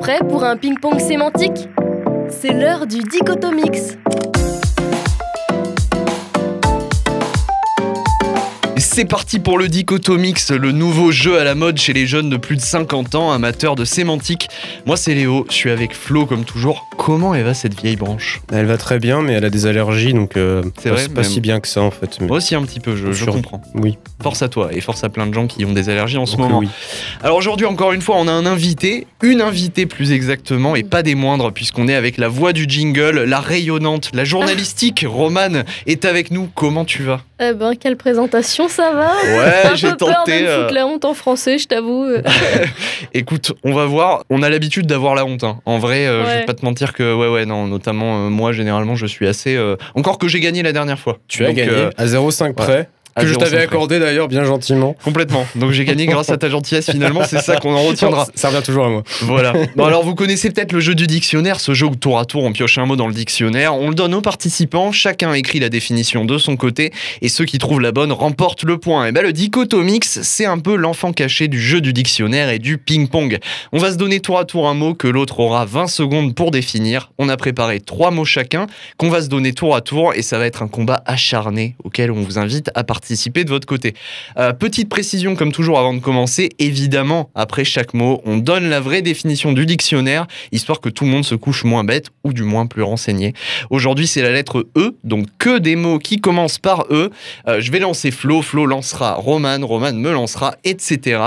Prêt pour un ping-pong sémantique C'est l'heure du dichotomix. C'est parti pour le Dichotomix, le nouveau jeu à la mode chez les jeunes de plus de 50 ans, amateurs de sémantique. Moi c'est Léo, je suis avec Flo comme toujours. Comment elle va cette vieille branche Elle va très bien, mais elle a des allergies, donc euh, C'est pas, vrai, pas mais- si bien que ça en fait. mais- Moi aussi un petit peu, je, je Sur- comprends. Oui, Force à toi et force à plein de gens qui ont des allergies en ce donc, euh, moment. oui. Alors aujourd'hui encore une fois, on a un invité, une invitée plus exactement, et pas des moindres, puisqu'on est avec la voix du jingle, la rayonnante, la journalistique, Romane est avec nous. Comment tu vas Eh ben, quelle présentation, ça va Ouais, euh. Un peu peur de me foutre la honte en français, je t'avoue. euh, Écoute, on va voir. On a l'habitude d'avoir la honte. hein. En vrai, euh, je Ouais. vais pas te mentir que, ouais, ouais, non, notamment euh, moi, généralement, je suis assez. euh, Encore que j'ai gagné la dernière fois. Tu as Donc, gagné Ah, euh, à 0,5 près, à que je 0,5 t'avais près. accordé d'ailleurs bien gentiment. Complètement. Donc j'ai gagné grâce à ta gentillesse, finalement, c'est ça qu'on en retiendra. Ça- Ça revient toujours à moi. Voilà. Bon, alors vous connaissez peut-être le jeu du dictionnaire, ce jeu où tour à tour on pioche un mot dans le dictionnaire, on le donne aux participants, chacun écrit la définition de son côté, et ceux qui trouvent la bonne remportent le point. Et ben le dichotomix, c'est un peu l'enfant caché du jeu du dictionnaire et du ping-pong. On va se donner tour à tour un mot que l'autre aura 20 secondes pour définir. On a préparé trois mots chacun, qu'on va se donner tour à tour, et ça va être un combat acharné auquel on vous invite à participer de votre côté. Euh, petite précision, comme toujours, avant de commencer, évidemment, après chaque mot, on donne la vraie définition du dictionnaire, histoire que tout le monde se couche moins bête ou du moins plus renseigné. Aujourd'hui, c'est la lettre E, donc que des mots qui commencent par E. Euh, je vais lancer Flo, Flo lancera Roman, Roman me lancera, etc.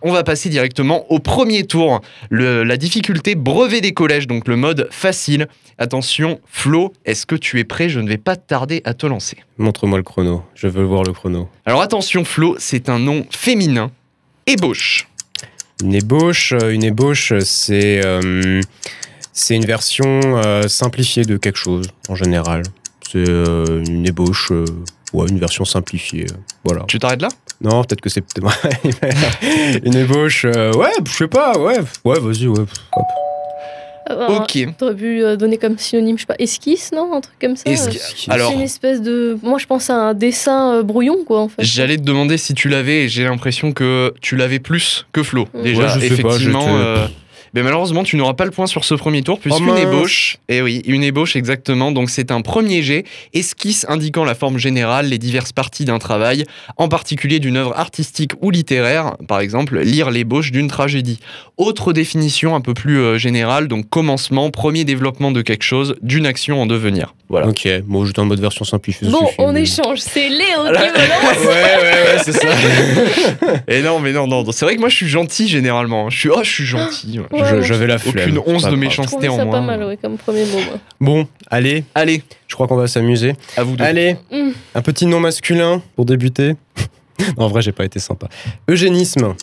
On va passer directement au premier tour. Le- la difficulté brevet des collèges, donc le mode facile. Attention, Flo, est-ce que tu es prêt Je ne vais pas tarder à te lancer. Montre-moi le chrono, je veux voir le chrono. Alors attention, Flo, c'est un nom féminin. Ébauche. Une ébauche, euh, une ébauche, c'est euh, c'est une version euh, simplifiée de quelque chose en général. C'est euh, une ébauche, euh, ouais, une version simplifiée. euh, Voilà. Tu t'arrêtes là Non, peut-être que c'est peut-être une ébauche. euh, ouais, je sais pas, ouais, ouais, vas-y, ouais. hop. Oh. Ok. T'aurais pu euh, donner comme synonyme, je sais pas, esquisse, non Un truc comme ça Est-ce euh. que- Alors, C'est une espèce de. Moi, je pense à un dessin euh, brouillon, quoi, en fait. j'allais te demander si tu l'avais et j'ai l'impression que tu l'avais plus que Flo. Ouais, Déjà, je sais pas, effectivement. j'étais- euh, mais malheureusement, tu n'auras pas le point sur ce premier tour puisqu'une Oh mince. ébauche. Et oui, une ébauche exactement. Donc c'est un premier jet, esquisse indiquant la forme générale, les diverses parties d'un travail, en particulier d'une œuvre artistique ou littéraire, par exemple lire l'ébauche d'une tragédie. Autre définition un peu plus euh, générale, donc commencement, premier développement de quelque chose, d'une action en devenir. Voilà. Ok, bon, j'étais en mode version simplifiée. ça Bon, suffit, on mais- échange. C'est Léo Ah, qui me lance. Ouais, ouais, ouais, c'est ça. Et Eh non, mais non, non. C'est vrai que moi, je suis gentil généralement. Je suis, oh, je suis gentil. ouais. Ouais, Je- ouais. J'avais la flemme. Aucune c'est once pas de grave. Je méchanceté trouvais en ça moi. pas mal, ouais, comme premier mot. moi. Bon, allez, Allez, je crois qu'on va s'amuser. à vous deux. Allez, Mm. un petit nom masculin pour débuter. Non, en vrai, j'ai pas été sympa. Eugénisme.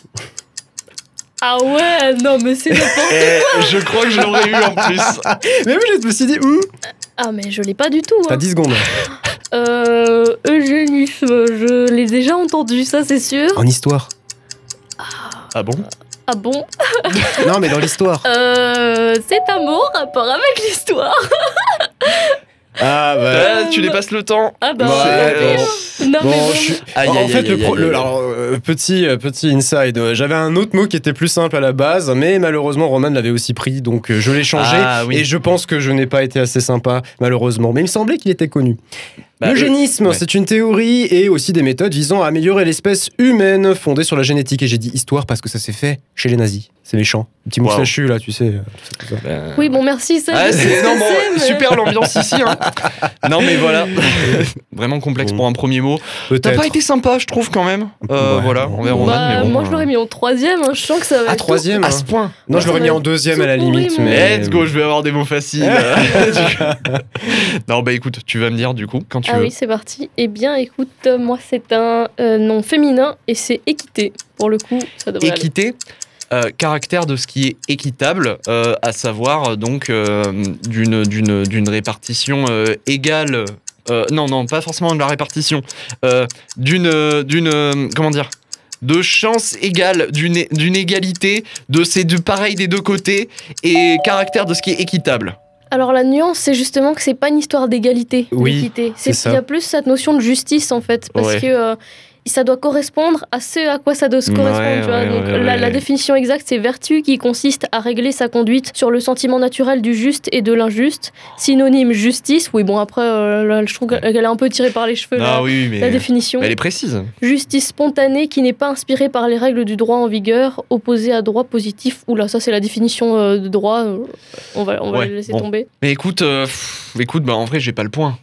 Ah ouais, non, mais c'est n'importe Eh, je crois que je l'aurais eu en plus. Mais oui, je me suis dit, hum, Ah, mais je l'ai pas du tout. t'as Hein. 10 secondes. Euh, eugénisme, je l'ai déjà entendu, ça c'est sûr. En histoire. Ah bon Ah bon Non, mais dans l'histoire. euh, C'est un mot en rapport avec l'histoire. Ah, bah. Ah, Tu dépasses le temps. Oh, Ah bah. Ouais, Ouais, euh, bon. Non, mais Bon, bon. je suis- Aïe, en aïe, fait, aïe, le aïe, pro- aïe, le- aïe. alors, euh, petit, euh, petit inside, euh, j'avais un autre mot qui était plus simple à la base, mais malheureusement, Roman l'avait aussi pris, donc euh, je l'ai changé. Ah, oui. Et je pense que je n'ai pas été assez sympa, malheureusement. Mais il me semblait qu'il était connu. Bah, L'eugénisme, euh, ouais. c'est une théorie et aussi des méthodes visant à améliorer l'espèce humaine fondée sur la génétique. Et j'ai dit histoire parce que ça s'est fait chez les nazis. C'est méchant. Le petit Wow. moustachu, là, tu sais. euh, tout ça, tout ça. Ben- Oui, bon, merci, ça. Ah, je sais c'est- ce non, que bon, c'est, mais- super l'ambiance ici. hein. Non, mais voilà. Vraiment complexe Bon. pour un premier mot. T'as Peut-être. pas été sympa, je trouve, quand même. Euh, Ouais, voilà, bon. on verra. on verra, Bah, mais bon, moi je euh, Ah, l'aurais mis en troisième, hein, je sens que ça va À être. Ah, troisième. hein. À ce point. Non, je l'aurais mis en Tout deuxième à la pourri, limite. mais- Mais... euh, Let's go, je vais avoir des mots faciles. non, bah écoute, tu vas me dire du coup quand tu Ah veux. oui, c'est parti. Eh bien, écoute, euh, moi c'est un euh, nom féminin et c'est équité. Pour le coup, ça devrait aller. équité, euh, caractère de ce qui est équitable, euh, à savoir euh, donc euh, d'une- d'une d'une répartition euh, égale. euh, non, non, pas forcément de la répartition. euh, d'une, euh, d'une, euh, comment dire, de chance égale, d'une é- d'une égalité, de ces deux pareils des deux côtés et caractère de ce qui est équitable. Alors la nuance, c'est justement que c'est pas une histoire d'égalité, Oui, d'équité. C'est ça. il y a plus cette notion de justice en fait, parce Ouais. que euh, ça doit correspondre à ce à quoi ça doit se Ouais, correspondre. tu vois. ouais, Donc, ouais, la, ouais. la définition exacte, c'est vertu qui consiste à régler sa conduite sur le sentiment naturel du juste et de l'injuste. Synonyme justice. Oui, bon, après, euh, là, je trouve qu'elle est un peu tirée par les cheveux, Ah là, oui, mais la définition. elle est précise. Justice spontanée qui n'est pas inspirée par les règles du droit en vigueur, opposée à droit positif. Oula, ça c'est la définition euh, de droit, euh, on va, on va Ouais, le laisser bon. tomber. Mais écoute, euh, pff, écoute, bah en vrai, j'ai pas le point.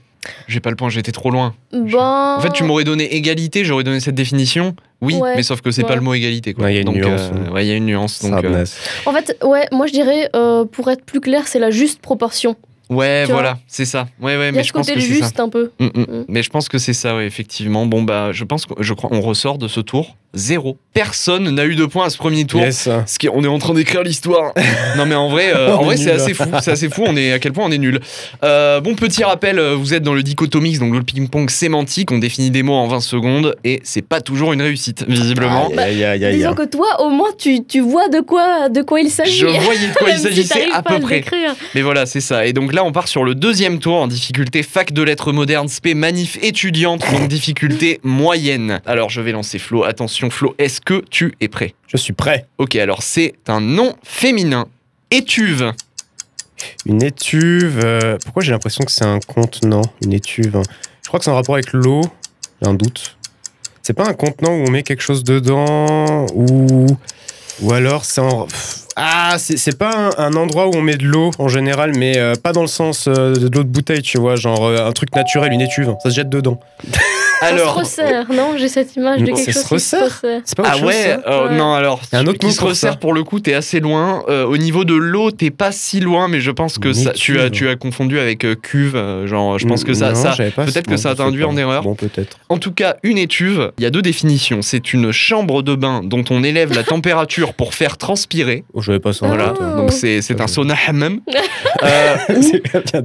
J'ai pas le point, j'étais trop loin. Ben... En fait, tu m'aurais donné égalité, j'aurais donné cette définition. Oui, Ouais, mais sauf que c'est ouais. pas le mot égalité. quoi. Ouais, il y a une Donc, nuance, hein. euh, ouais. ouais, il y a une nuance. Donc, euh, Sadness. En fait, ouais, moi je dirais, euh, pour être plus clair, c'est la juste proportion. ouais, Tu voilà, c'est ça. Ouais, ouais, Il y a mais ce je pense côté que de c'est ça. juste un peu. Mm, mm. Mm. Mais je pense que c'est ça, ouais, effectivement. Bon, bah, je pense que je crois, on ressort de ce tour zéro. Personne n'a eu de points à ce premier tour. Yes. Ce qui, on est en train d'écrire l'histoire. non, mais en vrai, euh, en On est vrai, c'est nul. assez fou. C'est assez fou. On est à quel point on est nul. Euh, bon petit rappel, euh, vous êtes dans le dichotomix, donc le ping-pong sémantique. On définit des mots en 20 secondes et c'est pas toujours une réussite, visiblement. Aïe, aïe, aïe, aïe, Disons aïe. que toi, au moins, tu, tu vois de quoi, de quoi il s'agit. Je voyais de quoi il Même si s'agissait t'arrives à pas peu le près. décrire. Mais voilà, c'est ça. Et donc là, on part sur le deuxième tour en difficulté fac de lettres modernes, spé manif étudiante, donc difficulté moyenne. Alors je vais lancer Flo. Attention Flo, est-ce que tu es prêt Je suis prêt. Ok, alors c'est un nom féminin. Étuve. Une étuve. euh, pourquoi j'ai l'impression que c'est un contenant Une étuve. hein. Je crois que c'est en rapport avec l'eau. J'ai un doute. C'est pas un contenant où on met quelque chose dedans ou ou alors c'est en Pff, ah c'est c'est pas un, un endroit où on met de l'eau en général mais euh, pas dans le sens euh, de l'eau de bouteille tu vois genre euh, un truc naturel une étuve ça se jette dedans Alors... Alors. On se resserre, non J'ai cette image de Non, quelque chose ça qui se se resserre resserre. c'est pas autre Ah chose, ouais, ça euh, Ouais. non alors Il y a un autre qui mot se pour resserre ça. pour le coup t'es assez loin Euh, au niveau de l'eau t'es pas si loin mais je pense que Une ça, tu as étuve. tu as confondu avec euh, cuve euh, genre je pense que ça Non, ça j'avais pas- peut-être que non, ça je sais t'induit pas. en erreur. hein. bon peut-être En tout cas, une étuve, il y a deux définitions. C'est une chambre de bain dont on élève la température pour faire transpirer. Oh, je vais pas ça. Ah. Voilà, donc c'est c'est un sauna hammam. Euh,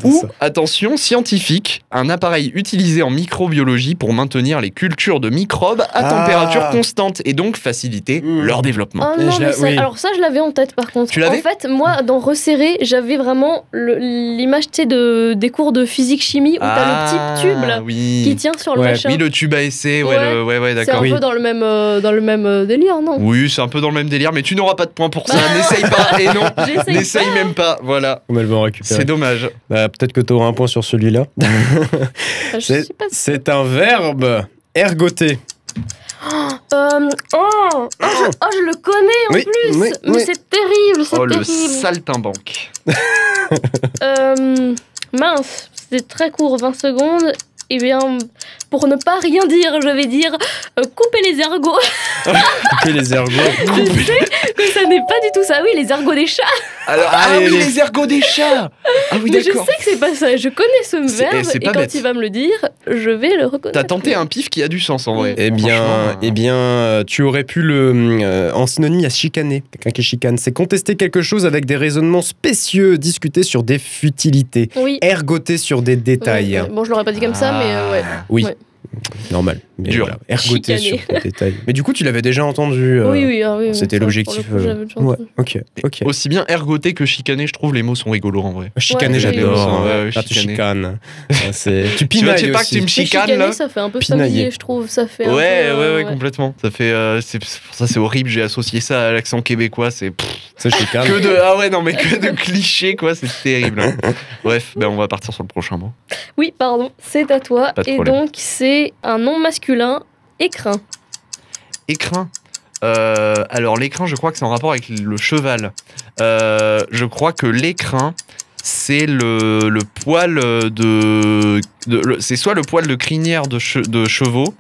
Ou- ou, attention, scientifique, un appareil utilisé en microbiologie pour maintenir les cultures de microbes à Ah. température constante et donc faciliter Mmh. leur développement. Ah Et non, je mais la- ça- oui. alors ça, je l'avais en tête par contre. Tu en l'avais fait, moi, dans resserrer, j'avais vraiment le- l'image, tu sais, de, des cours de physique-chimie où t'as le petit tube là, Ah, oui. qui tient sur le Ouais. machin. Oui, le tube à essai, ouais, Ouais. le- ouais, ouais, c'est un d'accord. Oui. peu dans le même, euh, dans le même euh, délire, non Oui, c'est un peu dans le même délire, mais tu n'auras pas de points pour ça. Bah non. N'essaye pas, et non, J'essaye n'essaye même pas, voilà. Comment elles vont C'est récupérer dommage. Bah, Peut-être que tu auras un point sur celui-là. pas, je C'est sais pas. c'est un verbe ergoter. Euh, oh, oh, je, oh, je le connais en Oui, plus oui, Mais oui. c'est terrible, c'est Oh, le terrible saltimbanque. Euh, Mince, c'est très court, 20 secondes. Eh bien, pour ne pas rien dire, je vais dire euh, couper les ergots. Couper les ergots. je sais que ça n'est pas du tout ça. Oui, les ergots des chats. Alors, ah Allez, oui, les- les ergots des chats Ah oui, Mais je sais d'accord. que c'est pas ça. Je connais ce C'est- eh, verbe c'est et pas quand bête. il va me le dire, je vais le reconnaître. T'as tenté hein. un pif qui a du sens, en vrai. Eh bien, Franchement, eh bien, euh, tu aurais pu le euh, en synonyme à chicaner. Quelqu'un qui chicane, c'est contester quelque chose avec des raisonnements spécieux, discuter sur des futilités, Oui. ergoter sur des détails. Ouais, ouais. Bon, je l'aurais pas dit comme ça, mais euh, ouais. Ah. Oui, Ouais. normal. Mais Dur. voilà, ergoter Chicaner. sur des détails. Mais du coup, tu l'avais déjà entendu. euh, oui, oui, ah oui, oui, ça, C'était pour l'objectif. le coup, euh, j'avais déjà Ouais. entendu. Ok. Ok. Aussi bien ergoter que chicaner, je trouve les mots sont rigolos en vrai. Chicaner, Ouais, j'adore. oui, oui. Ah, tu Chicaner. chicanes. Ah, c'est- tu Tu vois, pinailles tu sais pas que tu aussi. me Mais chicanes chicaner, là ça fait un peu Pinailler. familier, je trouve. Ça fait Ouais, un peu, ouais, euh, ouais, complètement. Ça fait, euh, c'est c'est pour ça, c'est horrible. J'ai associé ça à l'accent québécois. C'est pff, Ça chicane. que de, ah ouais, non mais que de clichés quoi. C'est terrible. hein. Bref, ben on va partir sur le prochain mot. Oui, pardon, c'est à toi. Pas de Et problème. donc, c'est un nom masculin, écrin. Écrin. Euh, alors l'écrin, je crois que c'est en rapport avec le cheval. Euh, je crois que l'écrin, c'est le, le poil de, de- le- c'est soit le poil de crinière de, che- de chevaux.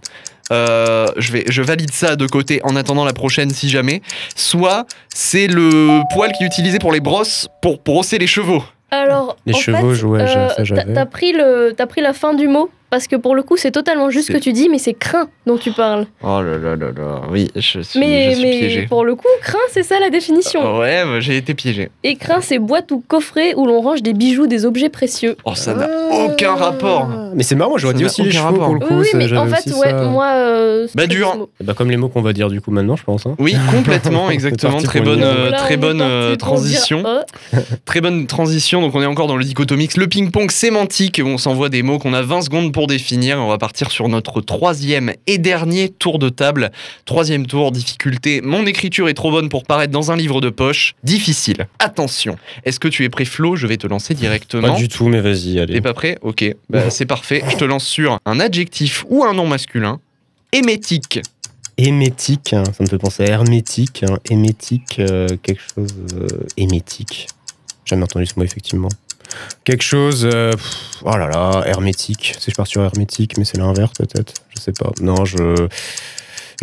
Euh, je vais, je valide ça de côté en attendant la prochaine si jamais. Soit c'est le poil qui est utilisé pour les brosses pour brosser les chevaux. Alors, Les en chevaux, fait, ouais, euh, ça, j'avais. t'as- t'as pris le, t'as pris la fin du mot parce que pour le coup, c'est totalement juste ce que tu dis, mais c'est crin dont tu parles. Oh là là là là. Oui, je suis, Mais, je suis mais piégé. pour le coup, crin, c'est ça la définition. Ouais, bah, j'ai été piégé. Et crin, c'est boîte ou coffret où l'on range des bijoux, des objets précieux. Oh, ça n'a Ah. aucun rapport. Mais c'est marrant, j'aurais Ça dit n'a aussi les aucun chevaux rapport. pour le Oui, coup. oui, ça, mais en j'avais fait, aussi ouais, ça. moi. euh, Bah, c'est dur. ce mot. Eh ben, comme les mots qu'on va dire du coup maintenant, je pense. hein. Oui, complètement, On est exactement. parti Très pour bonne, une- euh, Donc là, on très est bonne parti euh, pour transition. dire, Oh, Très bonne transition. Donc on est encore dans le dichotomix, le ping-pong sémantique où on s'envoie des mots qu'on a 20 secondes pour définir. On va partir sur notre troisième et dernier tour de table. Troisième tour, difficulté. Mon écriture est trop bonne pour paraître dans un livre de poche. Difficile. Attention. Est-ce que tu es prêt, Flo Je vais te lancer Pas directement. du tout, mais vas-y, allez. T'es pas prêt Ok, bah, Non. c'est parfait. Je te lance sur un adjectif ou un nom masculin. Émétique. Hémétique, hein, ça me fait penser à hermétique, hein, hémétique, euh, quelque chose. euh, hémétique. Jamais entendu ce mot, effectivement. Quelque chose. euh, pff, oh là là, hermétique. Si je pars sur hermétique, mais c'est l'inverse, peut-être. Je sais pas. Non, je.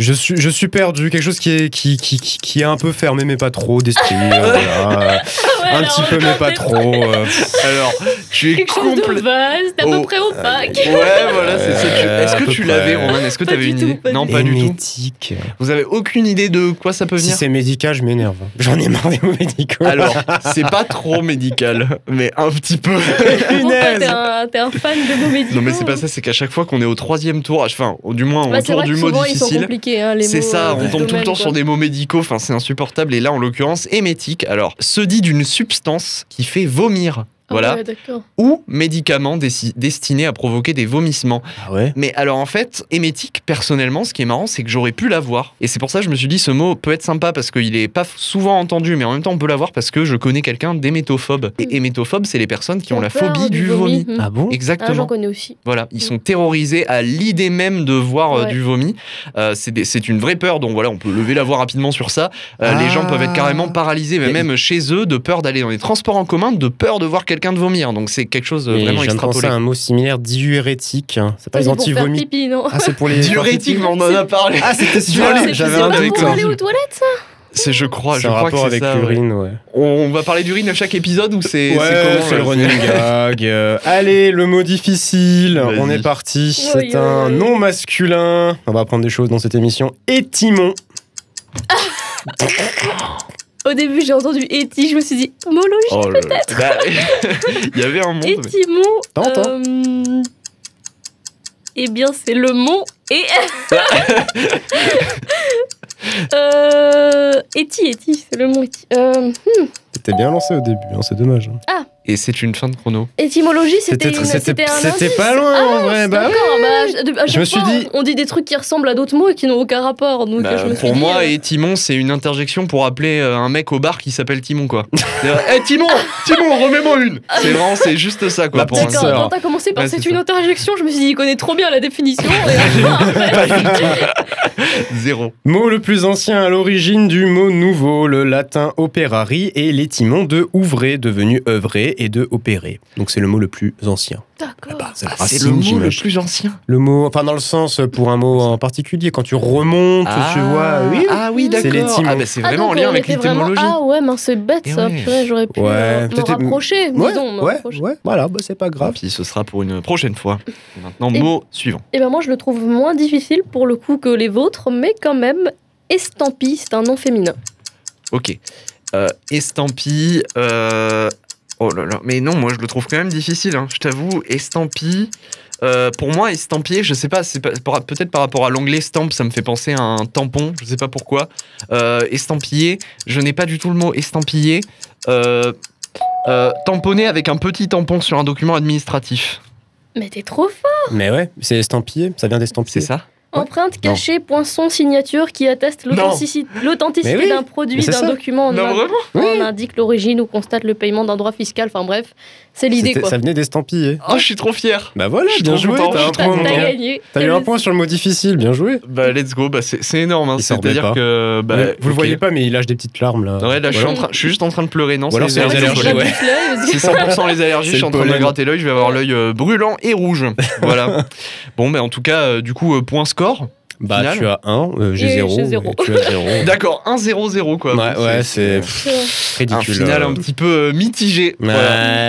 Je suis, je suis perdu, quelque chose qui est, qui, qui, qui, qui est un peu fermé mais pas trop d'esprit, euh, voilà, euh, un petit peu mais pas trop. euh, pff, Alors, tu es Quelque chose de complètement. vaste, à Oh. peu près opaque. Ouais, voilà, c'est ça. Tu- Euh, Est-ce à que peu tu l'avais, près. Roman Est-ce que Pas tu avais du une tout, idée pas du Non, tout. pas du tout. Hémétique. Vous avez aucune idée de quoi ça peut Si venir c'est médical, je m'énerve. J'en ai marre des mots médicaux. Alors, c'est pas trop médical, mais un petit peu. Bon, toi, Punaise. T'es un, t'es un fan de mots médicaux. Non, mais c'est pas ça, c'est qu'à chaque fois qu'on est au troisième tour, enfin, au- du moins Bah, au c'est tour vrai du que mot souvent, ils sont difficile. compliqués, hein, les C'est mots, ça, euh, on du tombe tout le domaine, temps sur quoi. des mots médicaux, enfin c'est insupportable. Et là en l'occurrence, émétique, alors se dit d'une substance qui fait vomir, Ah voilà, ouais, d'accord. ou médicament déci- destiné à provoquer des vomissements. Ah ouais Mais alors en fait, émétique, personnellement, ce qui est marrant, c'est que j'aurais pu l'avoir. Et c'est pour ça que je me suis dit, ce mot peut être sympa parce qu'il est pas souvent entendu, mais en même temps, on peut l'avoir parce que je connais quelqu'un d'émétophobe. Et émétophobe, c'est les personnes qui ont la peur phobie du vomi. Mhm. Ah bon Ah, j'en Exactement. connais aussi. Voilà, ils sont terrorisés à l'idée même de voir euh, Ouais. du vomi. Euh, c'est des- c'est une vraie peur, donc voilà, on peut lever la voix rapidement sur ça. Euh, Les Ah. gens peuvent être carrément paralysés, mais Et- même chez eux, de peur d'aller dans les transports en commun, de peur de voir quelqu'un de vomir. Donc c'est quelque chose de Mais vraiment euh, je viens de penser extrapolé. à un mot similaire, diurétique. hein. C'est pas les Ça, c'est pour faire antivomiques. pipi, non Ah, c'est pour les. Diurétique, mais on en a parlé. Ah, c'était Ah, celui-là. c'est- J'avais c'est un un doute. mot pour hein. aller aux toilettes C'est, je crois, C'est je un crois que rapport c'est avec ça, ouais. l'urine, ouais. On va parler d'urine à chaque épisode ou c'est Ouais, c'est comment, c'est le là running gag. Euh, Allez, le mot difficile. Vas-y. On est parti. Oui, C'est oui, un oui. nom masculin. On va apprendre des choses dans cette émission. Étimon. Au début, j'ai entendu Eti, je me suis dit, Molo, Oh là là. Bah, Il y avait un monde. mais- Eti, Mont. T'entends euh, Eh bien, c'est le Mont et. euh... Eti, Eti, c'est le Mont Eti. Euh, T'étais bien lancé au début, hein, c'est dommage. hein. Et c'est une fin de chrono. Étymologie, c'était tr- une- c'était un c'était indice. pas loin Ah, en vrai. Bah, ouais. D'accord, bah, je, de- à chaque me suis fois, dit- on dit des trucs qui ressemblent à d'autres mots et qui n'ont aucun rapport. Donc, Bah, je me suis pour dit, moi, euh, et Timon, c'est une interjection pour appeler euh, un mec au bar qui s'appelle Timon, quoi. C'est, euh, Eh, Timon Timon, remets-moi une C'est vraiment, c'est juste ça, quoi. La pour petite moi. D'accord, sœur. quand t'as commencé par Ouais, c'est c'est une ça. Eh bah, interjection, je me suis dit, il connaît trop bien la définition. Et enfin, Zéro. Mot le plus ancien à l'origine du mot nouveau, le latin operari et l'étimon de ouvrer, devenu œuvrer et de opérer. Donc c'est le mot le plus ancien. Bah, D'accord. c'est Ah, c'est le mot le plus ancien. Le mot, enfin dans le sens pour un mot en particulier, quand tu remontes, tu vois. Oui. ah oui, C'est les d'accord. Timon. Ah, bah, c'est Ah, vraiment en donc, lien on avec était vraiment- l'étymologie. Ah ouais, mais c'est bête Eh ça, ouais. purée, j'aurais pu Ouais, euh, me peut-être- rapprocher, disons, me ouais, rapprocher. ouais, voilà, bah, c'est pas grave. Puis ce sera pour une prochaine fois. Et maintenant, Et- mot suivant. Et ben moi, je le trouve moins difficile pour le coup que les vôtres, mais quand même, estampille, c'est un nom féminin. Ok. Euh, estampille. euh, Oh là là. Mais non, moi je le trouve quand même difficile. hein. Je t'avoue, estampille. euh, pour moi, estampillé, je sais pas, c'est pas- par- peut-être par rapport à l'anglais stamp, ça me fait penser à un tampon, je sais pas pourquoi. Euh, estampillé, je n'ai pas du tout le mot estampillé. Euh, euh, tamponné avec un petit tampon sur un document administratif, Mais t'es trop fort Mais ouais, c'est estampillé, ça vient c'est d'estampiller. ça Empreinte Non. cachée, poinçon, signature qui atteste l'authenticité l'authenticité Mais oui, d'un mais produit, c'est d'un ça. document. en Non, un- vraiment On indique l'origine ou constate le paiement d'un droit fiscal. Enfin bref, c'est l'idée C'était- quoi. Ça venait d'estampiller. Oh, je suis trop fier Bah voilà, Je suis bien trop joué, content, je t'as un suis T'as trop point. t'as mon gars. gagné. T'as eu un point sur le mot difficile, bien joué. Bah, let's go, bah, c'est c'est énorme, hein. Il s'en remet c'est-à-dire pas. que. bah, Mais vous le ok. voyez pas, mais il lâche des petites larmes là. Ah, Ouais, là, je suis, Voilà. en train- je suis juste en train de pleurer, non Ou alors, c'est c'est les Ah, allergies, j'ai ouais. pas vu l'œil, parce que- C'est 100% les allergies, je C'est suis le en train de me pollen. gratter l'œil, je vais avoir l'œil euh, brûlant et rouge. Voilà. bon, mais en tout cas, euh, du coup, euh, point score. Bah Final. tu as 1, j'ai Et 0. j'ai zéro. Tu as 0. D'accord, 1-0-0, quoi. Ouais, Bon, ouais, c'est un ridicule. final euh. un petit peu euh, mitigé. Voilà.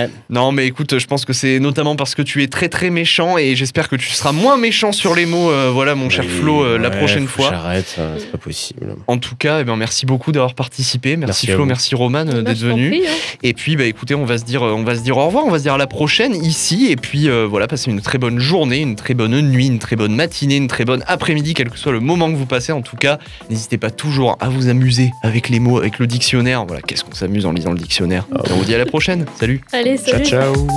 Ouais. Non, mais écoute, je pense que c'est notamment parce que tu es très très méchant et j'espère que tu seras moins méchant sur les mots, euh, voilà, mon cher Oui, Flo, euh, la ouais, prochaine faut que fois. J'arrête, euh, c'est pas possible. En tout cas, eh ben, merci beaucoup d'avoir participé. Merci, Merci à Flo, vous. merci Roman euh, Bah, d'être je t'en venu. prie, hein. Et puis, bah, écoutez, on va se dire, on va se dire au revoir, on va se dire à la prochaine ici. Et puis, euh, voilà, passez une très bonne journée, une très bonne nuit, une très bonne matinée, une très bonne après-midi, quel que soit le moment que vous passez. En tout cas, n'hésitez pas toujours à vous amuser avec les mots, avec le dictionnaire. Voilà, qu'est-ce qu'on s'amuse en lisant le dictionnaire. On vous dit à la prochaine. Salut. Allez, Ciao, salut. ciao.